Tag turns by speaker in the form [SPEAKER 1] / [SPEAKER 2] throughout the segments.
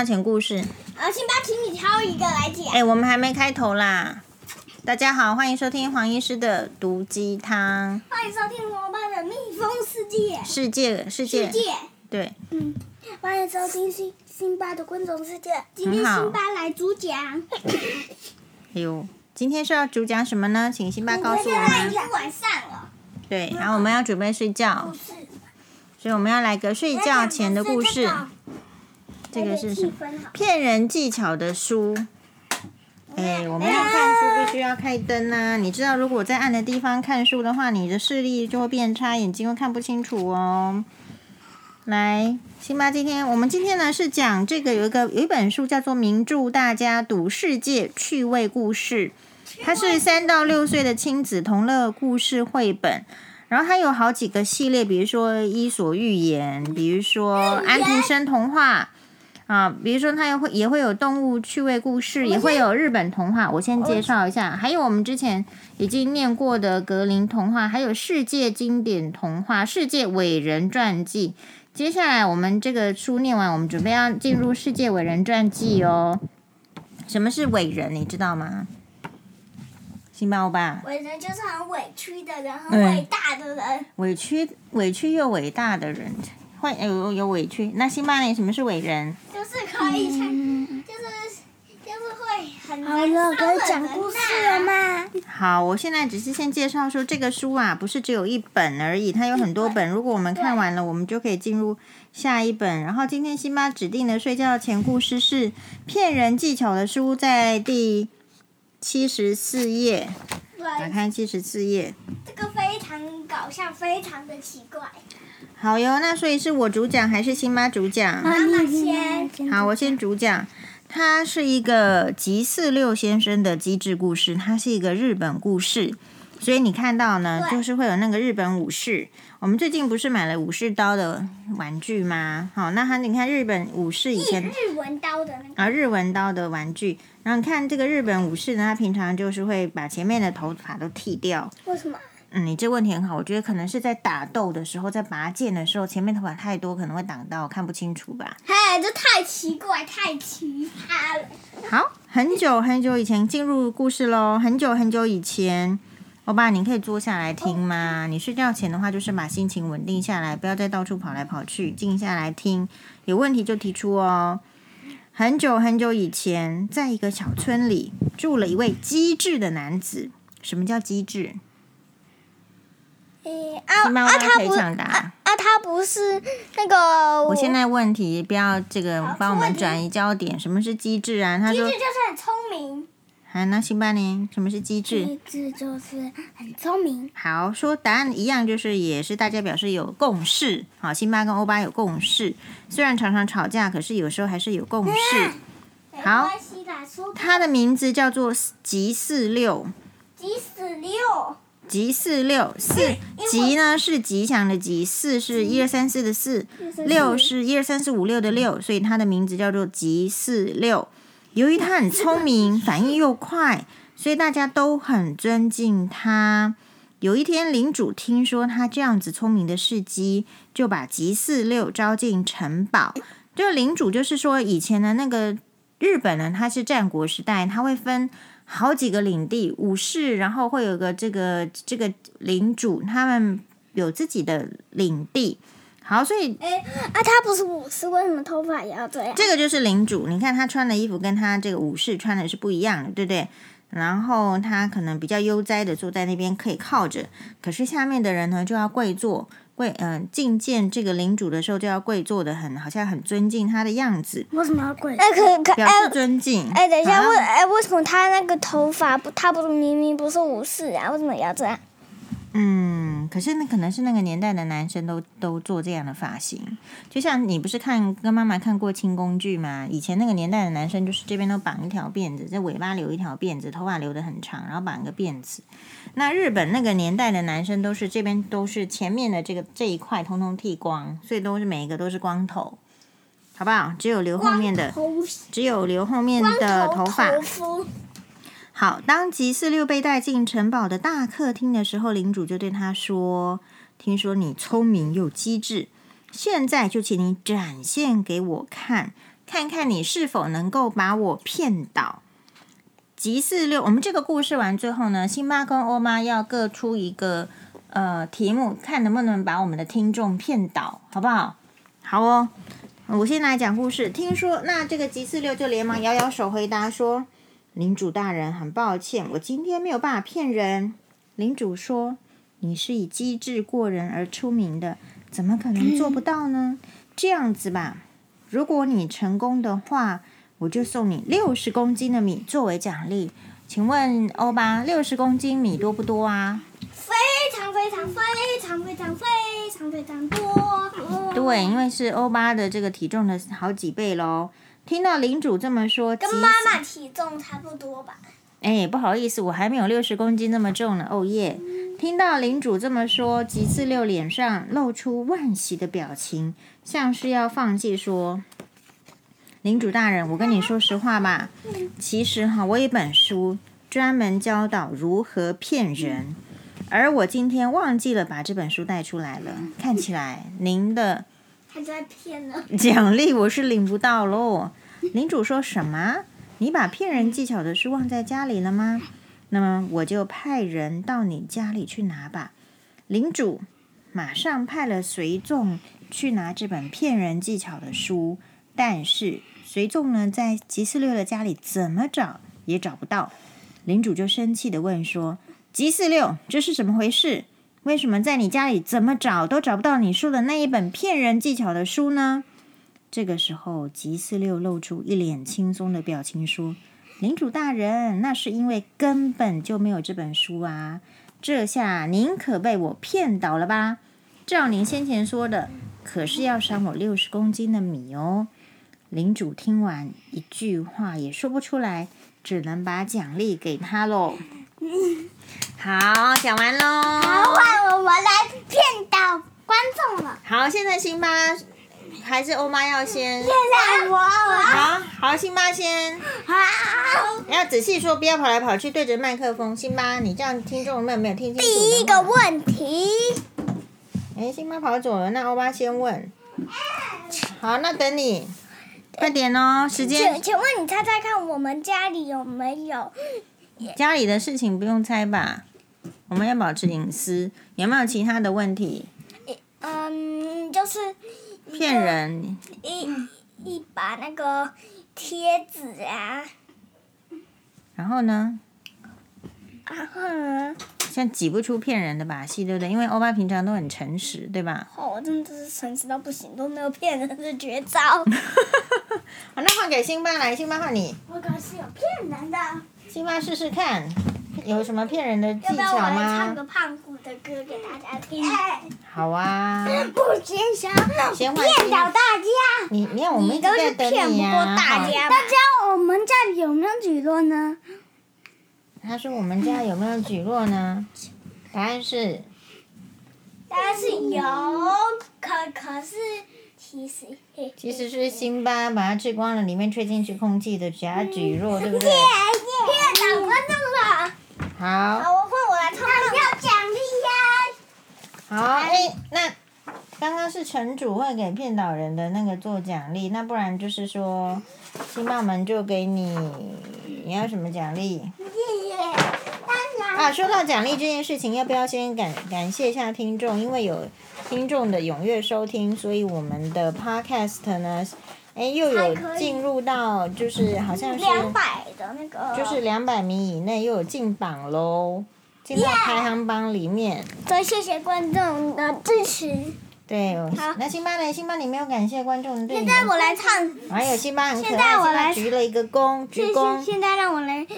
[SPEAKER 1] 大前故事，
[SPEAKER 2] 呃，辛巴，请你挑一个来讲。
[SPEAKER 1] 哎，我们还没开头啦！大家好，欢迎收听黄医师的毒鸡汤
[SPEAKER 2] 欢迎收听罗爸的蜜蜂世界。
[SPEAKER 1] 世界世界
[SPEAKER 2] 世界，
[SPEAKER 1] 对，
[SPEAKER 2] 嗯，欢迎收听辛辛巴的昆虫世界。今天
[SPEAKER 1] 很好
[SPEAKER 2] 辛巴来主讲，
[SPEAKER 1] 哎呦，今天是要主讲什么呢？请辛巴告诉我
[SPEAKER 2] 现在已
[SPEAKER 1] 们。
[SPEAKER 2] 经晚上了，
[SPEAKER 1] 对，然后我们要准备睡觉
[SPEAKER 2] 不，是
[SPEAKER 1] 所以我们要来个睡觉前的故事。这个是什么？
[SPEAKER 2] 么？
[SPEAKER 1] 骗人技巧的书。哎，我们要看书必须要开灯啊！你知道，如果在暗的地方看书的话，你的视力就会变差，眼睛会看不清楚哦。来，辛巴，今天我们今天呢是讲这个有一个有一本书叫做《名著大家读世界趣味故事》，它是三到六岁的亲子同乐故事绘本。然后它有好几个系列，比如说《伊索寓言》，比如说《安徒生童话》啊，比如说它也会也会有动物趣味故事，也会有日本童话。我先介绍一下，还有我们之前已经念过的格林童话，还有世界经典童话、世界伟人传记。接下来我们这个书念完，我们准备要进入世界伟人传记哦。什么是伟人，你知道吗？辛巴欧巴，
[SPEAKER 2] 伟人就是很委屈的人，很
[SPEAKER 1] 嗯
[SPEAKER 2] 伟大的人。
[SPEAKER 1] 委屈、委屈又伟大的人，会有有委屈。那辛巴你什么是伟人？
[SPEAKER 2] 就是可以像，
[SPEAKER 1] 嗯
[SPEAKER 2] 就是就是会很
[SPEAKER 3] 好了，
[SPEAKER 2] 可
[SPEAKER 3] 可
[SPEAKER 2] 以
[SPEAKER 3] 以讲故事了？吗？
[SPEAKER 1] 好，我现在只是先介绍说这个书啊，不是只有一本而已，它有很多本。如果我们看完了，我们就可以进入下一本。然后今天辛巴指定的睡觉前故事是《骗人技巧的书》，在第七十四页，打
[SPEAKER 2] 对，
[SPEAKER 1] 开七十四页。
[SPEAKER 2] 这个非常搞笑，非常的奇怪。
[SPEAKER 1] 好哟，那所以是我主讲还是辛巴主讲？
[SPEAKER 2] 妈妈
[SPEAKER 3] 你
[SPEAKER 2] 先
[SPEAKER 1] 好，我先主讲。它是一个吉四六先生的机智故事，它是一个日本故事，所以你看到呢，
[SPEAKER 2] 对
[SPEAKER 1] 就是会有那个日本武士。我们最近不是买了武士刀的玩具吗？好，那它你看日本武士以
[SPEAKER 2] 日
[SPEAKER 1] 前
[SPEAKER 2] 日文刀的那个，
[SPEAKER 1] 啊，日文刀的玩具，然后你看这个日本武士呢，他平常就是会把前面的头发都剃掉。
[SPEAKER 2] 为什么？
[SPEAKER 1] 嗯，你这问题很好，我觉得可能是在打斗的时候，在拔剑的时候，前面头发太多，可能会挡到，看不清楚吧。
[SPEAKER 2] 嘿，哎这太奇怪，太奇葩了。
[SPEAKER 1] 好，很久很久以前进入故事喽，很久很久以前。欧巴，你可以坐下来听吗？你睡觉前的话，就是把心情稳定下来，不要再到处跑来跑去，静下来听。有问题就提出哦。很久很久以前，在一个小村里住了一位机智的男子。什么叫机智？
[SPEAKER 2] 哎
[SPEAKER 3] 诶，
[SPEAKER 2] 啊
[SPEAKER 1] 是妈妈可以抢答。
[SPEAKER 3] 啊，他不是那个
[SPEAKER 1] 我现在问题不要这个
[SPEAKER 2] 好
[SPEAKER 1] 帮我
[SPEAKER 2] 出问
[SPEAKER 1] 们
[SPEAKER 2] 题
[SPEAKER 1] 转移焦点。什么是机智啊？他
[SPEAKER 2] 机
[SPEAKER 1] 说
[SPEAKER 2] 智就是很聪明，：“
[SPEAKER 1] 啊，那辛巴呢？什么是机智？”
[SPEAKER 3] 机智就是很聪明，
[SPEAKER 1] 好，说答案一样，就是也是大家表示有共识。好，辛巴跟欧巴有共识，虽然常常吵架，可是有时候还是有共识。
[SPEAKER 2] 没
[SPEAKER 1] 好
[SPEAKER 2] 关系的，说
[SPEAKER 1] 他的名字叫做吉四六，
[SPEAKER 2] 急死六，
[SPEAKER 1] 吉四六四吉呢是吉祥的吉，四是一二三四的四，六是一二三四五六的六，所以它的名字叫做吉四六。由于他很聪明，反应又快，所以大家都很尊敬他。有一天，领主听说他这样子聪明的事迹，就把吉四六招进城堡。这个领主就是说，以前的那个日本呢，它是战国时代，它会分好几个领地，武士，然后会有个这个这个领主，他们有自己的领地。好，所以
[SPEAKER 2] 哎
[SPEAKER 3] 啊，他不是武士，为什么头发也要这样？
[SPEAKER 1] 这个就是领主，你看他穿的衣服跟他这个武士穿的是不一样的，对不对？然后他可能比较悠哉的坐在那边，可以靠着，可是下面的人呢就要跪坐，跪嗯、觐见这个领主的时候就要跪坐的很，好像很尊敬他的样子，
[SPEAKER 3] 为什么要跪？
[SPEAKER 4] 哎，可可
[SPEAKER 1] 表
[SPEAKER 4] 哎
[SPEAKER 1] 示尊敬。
[SPEAKER 4] 哎，等一下，
[SPEAKER 1] 啊
[SPEAKER 4] 为哎为什么他那个头发不，他不是明明不是武士啊，为什么也要这样？
[SPEAKER 1] 嗯，可是那可能是那个年代的男生都都做这样的发型，就像你不是看跟妈妈看过清宫剧吗？以前那个年代的男生就是这边都绑一条辫子，这尾巴留一条辫子，头发留得很长，然后绑个辫子。那日本那个年代的男生都是这边都是前面的这个这一块通通剃光，所以都是每一个都是光头，好不好？只有留后面的，
[SPEAKER 2] 头
[SPEAKER 1] 只有留后面的头发。
[SPEAKER 2] 头夫，
[SPEAKER 1] 好，当吉四六被带进城堡的大客厅的时候，领主就对他说：“听说你聪明又机智，现在就请你展现给我看，看看你是否能够把我骗倒。集四六，我们这个故事完最后呢，辛巴跟欧妈要各出一个呃题目，看能不能把我们的听众骗倒，好不好？好哦，我先来讲故事。听说那这个集四六就连忙摇摇手回答说：“领主大人，很抱歉，我今天没有办法骗人。”领主说：“你是以机智过人而出名的，怎么可能做不到呢？这样子吧，如果你成功的话，我就送你六十公斤的米作为奖励。请问欧巴，六十公斤米多不多啊？
[SPEAKER 2] 非常非常非常非常非常非常多。嗯
[SPEAKER 1] 对，因为是欧巴的这个体重的好几倍喽。听到领主这么说，
[SPEAKER 3] 跟
[SPEAKER 1] 吉
[SPEAKER 3] 妈妈体重差不多吧？
[SPEAKER 1] 哎，不好意思，我还没有六十公斤那么重呢。哦耶！听到领主这么说，吉次六脸上露出惋惜的表情，像是要放弃说：“领主大人，我跟你说实话吧，其实哈，我有一本书专门教导如何骗人，而我今天忘记了把这本书带出来了。看起来您的
[SPEAKER 2] 他就在骗了。
[SPEAKER 1] 奖励我是领不到喽。领主说什么？你把骗人技巧的书忘在家里了吗？那么我就派人到你家里去拿吧。领主马上派了随从去拿这本骗人技巧的书，但是随从呢，在吉斯六的家里怎么找也找不到。领主就生气的问说：“吉四六，这是怎么回事？为什么在你家里怎么找都找不到你说的那一本骗人技巧的书呢？”这个时候，吉四六露出一脸轻松的表情说：“领主大人，那是因为根本就没有这本书啊！这下您可被我骗倒了吧？照您先前说的，可是要赏我六十公斤的米哦。”领主听完一句话也说不出来，只能把奖励给他喽。好，讲完喽。
[SPEAKER 3] 换我，我来骗到观众了。
[SPEAKER 1] 好，现在辛巴还是欧妈要先。
[SPEAKER 3] 骗到我了！
[SPEAKER 1] 好好，辛巴先，
[SPEAKER 3] 好，
[SPEAKER 1] 要仔细说，不要跑来跑去，对着麦克风。辛巴，你这样听众们没有听清楚。
[SPEAKER 3] 第一个，问题，
[SPEAKER 1] 哎，辛巴跑走了，那欧巴先问。好，那等你，快点哦，时间
[SPEAKER 3] 请。请问你猜猜看，我们家里有没有？
[SPEAKER 1] 家里的事情不用猜吧？我们要保持隐私。有没有其他的问题？
[SPEAKER 3] 嗯，就是
[SPEAKER 1] 骗人，
[SPEAKER 3] 一一把那个贴纸啊，
[SPEAKER 1] 然后呢？
[SPEAKER 3] 然后呢？
[SPEAKER 1] 现在挤不出骗人的把戏，对不对？因为欧巴平常都很诚实，对吧？
[SPEAKER 3] 哦，我真的是诚实到不行，都没有骗人的绝招。
[SPEAKER 1] 好，那换给辛巴来，辛巴换你，
[SPEAKER 2] 我可是有骗人的，
[SPEAKER 1] 辛巴试试看，有什么骗人的
[SPEAKER 2] 要
[SPEAKER 1] 技
[SPEAKER 2] 不要我
[SPEAKER 1] 巧
[SPEAKER 2] 来唱个
[SPEAKER 1] 吗？
[SPEAKER 2] 胖虎的歌给大家哎听？
[SPEAKER 1] 好啊，
[SPEAKER 2] 不行，想
[SPEAKER 1] 先换
[SPEAKER 2] 骗
[SPEAKER 1] 辛
[SPEAKER 2] 倒大
[SPEAKER 1] 巴
[SPEAKER 2] 家。
[SPEAKER 1] 你，你看我们一直在等你啊呀、好
[SPEAKER 3] 吧
[SPEAKER 2] 大家，我们家里有没有举落呢？
[SPEAKER 1] 他说我们家有没有举落呢？答案是
[SPEAKER 2] 但是有，可可是其实嘿
[SPEAKER 1] 其实是辛巴把它吃光了，里面吹进去空气的，只要举
[SPEAKER 2] 嗯
[SPEAKER 1] 弱，对不对？
[SPEAKER 3] 哎
[SPEAKER 2] 骗倒观众了。
[SPEAKER 1] 好，
[SPEAKER 2] 我换我来唱。要奖励呀！
[SPEAKER 1] 好，哎，那刚刚是城主会给骗导人的那个做奖励，那不然就是说，辛巴们就给你，你要什么奖励？
[SPEAKER 2] 耶耶，当然
[SPEAKER 1] 啊，说到奖励这件事情，要不要先感感谢一下听众？因为有听众的踊跃收听，所以我们的 podcast 呢，哎，又有进入到就是好像是
[SPEAKER 3] 两百的那个，
[SPEAKER 1] 就是两百米以内又有进榜喽，进到排行榜里面。
[SPEAKER 3] 所以谢谢观众的支持。
[SPEAKER 1] 对，那辛巴呢？辛巴你没有感谢观众对你
[SPEAKER 3] 现
[SPEAKER 1] 的，
[SPEAKER 3] 在我来唱，
[SPEAKER 1] 还有辛哎巴很可爱，
[SPEAKER 3] 现在
[SPEAKER 1] 辛
[SPEAKER 3] 我
[SPEAKER 1] 巴
[SPEAKER 3] 来
[SPEAKER 1] 鞠了一个躬，鞠
[SPEAKER 3] 现
[SPEAKER 1] 躬。
[SPEAKER 3] 现在让我来唱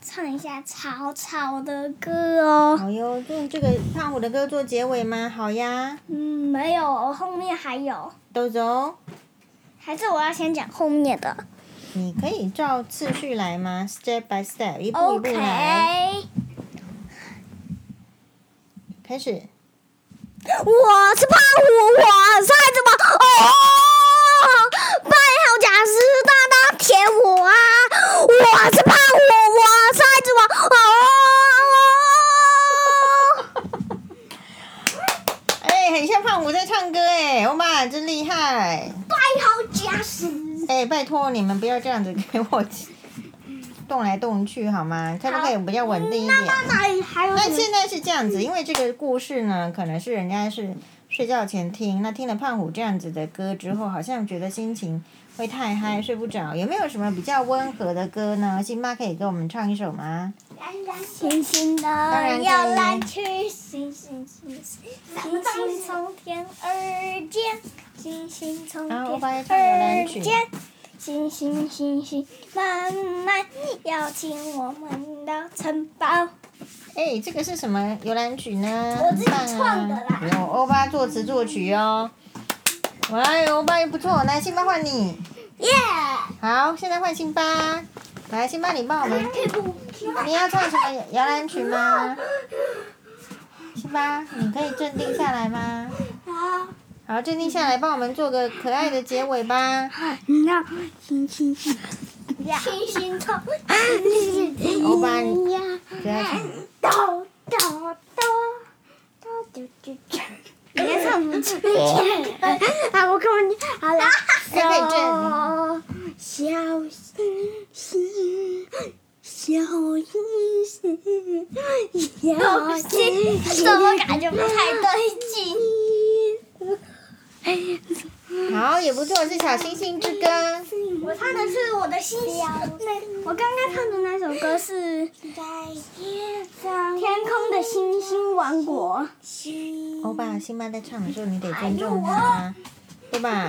[SPEAKER 3] 唱一下草草的歌哦。
[SPEAKER 1] 好哟，哎用这个胖虎的歌做结尾吗？好呀，
[SPEAKER 3] 嗯，没有，后面还有，
[SPEAKER 1] 豆总。
[SPEAKER 3] 还是我要先讲后面的。
[SPEAKER 1] 你可以照次序来吗？Step by step，一步一步
[SPEAKER 3] OK，
[SPEAKER 1] 来。开始，
[SPEAKER 3] 我是胖虎，我是什么？哦，拜好贾斯大大舔我啊！我是胖虎，我是什么？哦，
[SPEAKER 1] 哎、很像胖虎在唱歌哎，欧巴真厉害！
[SPEAKER 2] 拜好假死。
[SPEAKER 1] 哎、你们不要这样子给我动来动去好吗？可不可以比较稳定一点？
[SPEAKER 2] 那里还有
[SPEAKER 1] 那
[SPEAKER 2] 什
[SPEAKER 1] 现
[SPEAKER 2] 么？
[SPEAKER 1] 在是这样子，因为这个故事呢，可能是人家是睡觉前听，那听了胖虎这样子的歌之后，好像觉得心情会太嗨，睡不着。有没有什么比较温和的歌呢？辛巴可以给我们唱一首吗？
[SPEAKER 3] 星星的
[SPEAKER 1] 然可以
[SPEAKER 3] 摇篮曲，星星星星，星星从天而降，星星从
[SPEAKER 1] 啊我
[SPEAKER 3] 天
[SPEAKER 1] 帮你唱摇篮
[SPEAKER 3] 而
[SPEAKER 1] 曲
[SPEAKER 3] 降，星星星星慢慢邀请我们到城堡。
[SPEAKER 1] 哎，这个是什么游览曲呢？
[SPEAKER 2] 我自己
[SPEAKER 1] 很棒啊
[SPEAKER 2] 创的啦
[SPEAKER 1] 有欧巴作词作曲哦。哇，欧巴也不错，来，辛巴换你。
[SPEAKER 2] 耶！
[SPEAKER 1] 好，现在换辛巴。来，辛巴，你帮我们，
[SPEAKER 2] 哎可以不？
[SPEAKER 1] 你要唱什么摇篮曲吗？辛巴，你可以镇定下来吗？
[SPEAKER 2] 好，哎
[SPEAKER 1] 好，镇定下来，帮我们做个可爱的结尾吧。
[SPEAKER 3] 那星星星
[SPEAKER 2] 星星从
[SPEAKER 1] 欧巴，你
[SPEAKER 3] 呀，
[SPEAKER 1] 不要唱。
[SPEAKER 3] 哆哆哆哆嘟嘟嘟。
[SPEAKER 2] 你在唱什么？
[SPEAKER 3] 啊，我告诉你，好了，
[SPEAKER 1] 哎可以这
[SPEAKER 3] 小星星，小星星，小星星，
[SPEAKER 2] 怎么感觉不太对劲？
[SPEAKER 1] 好，也不错，是小星星之歌。
[SPEAKER 2] 我唱的是我的星星，那
[SPEAKER 3] 我刚刚唱的那首歌是《天空的星星王国》。
[SPEAKER 1] 欧巴，辛巴在唱的时候，你得尊重他啊，对吧？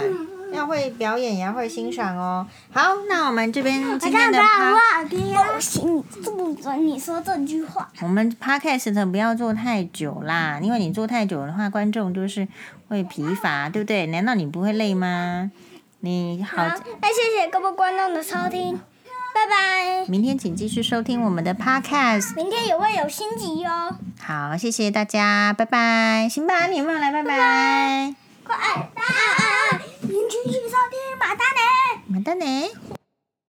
[SPEAKER 1] 要会表演，也要会欣赏哦。好，那我们这边今天的趴，
[SPEAKER 3] 不行，你这不准你说这句话。
[SPEAKER 1] 我们 podcast 不要做太久啦，因为你做太久的话，观众就是会疲乏，对不对？难道你不会累吗？你好，
[SPEAKER 3] 哎，谢谢各位观众的收听，拜拜。
[SPEAKER 1] 明天请继续收听我们的 podcast。
[SPEAKER 3] 明天也会有哦新集哟、
[SPEAKER 1] 好，谢谢大家，拜拜。辛巴，你有没有来拜拜
[SPEAKER 2] 快拜拜。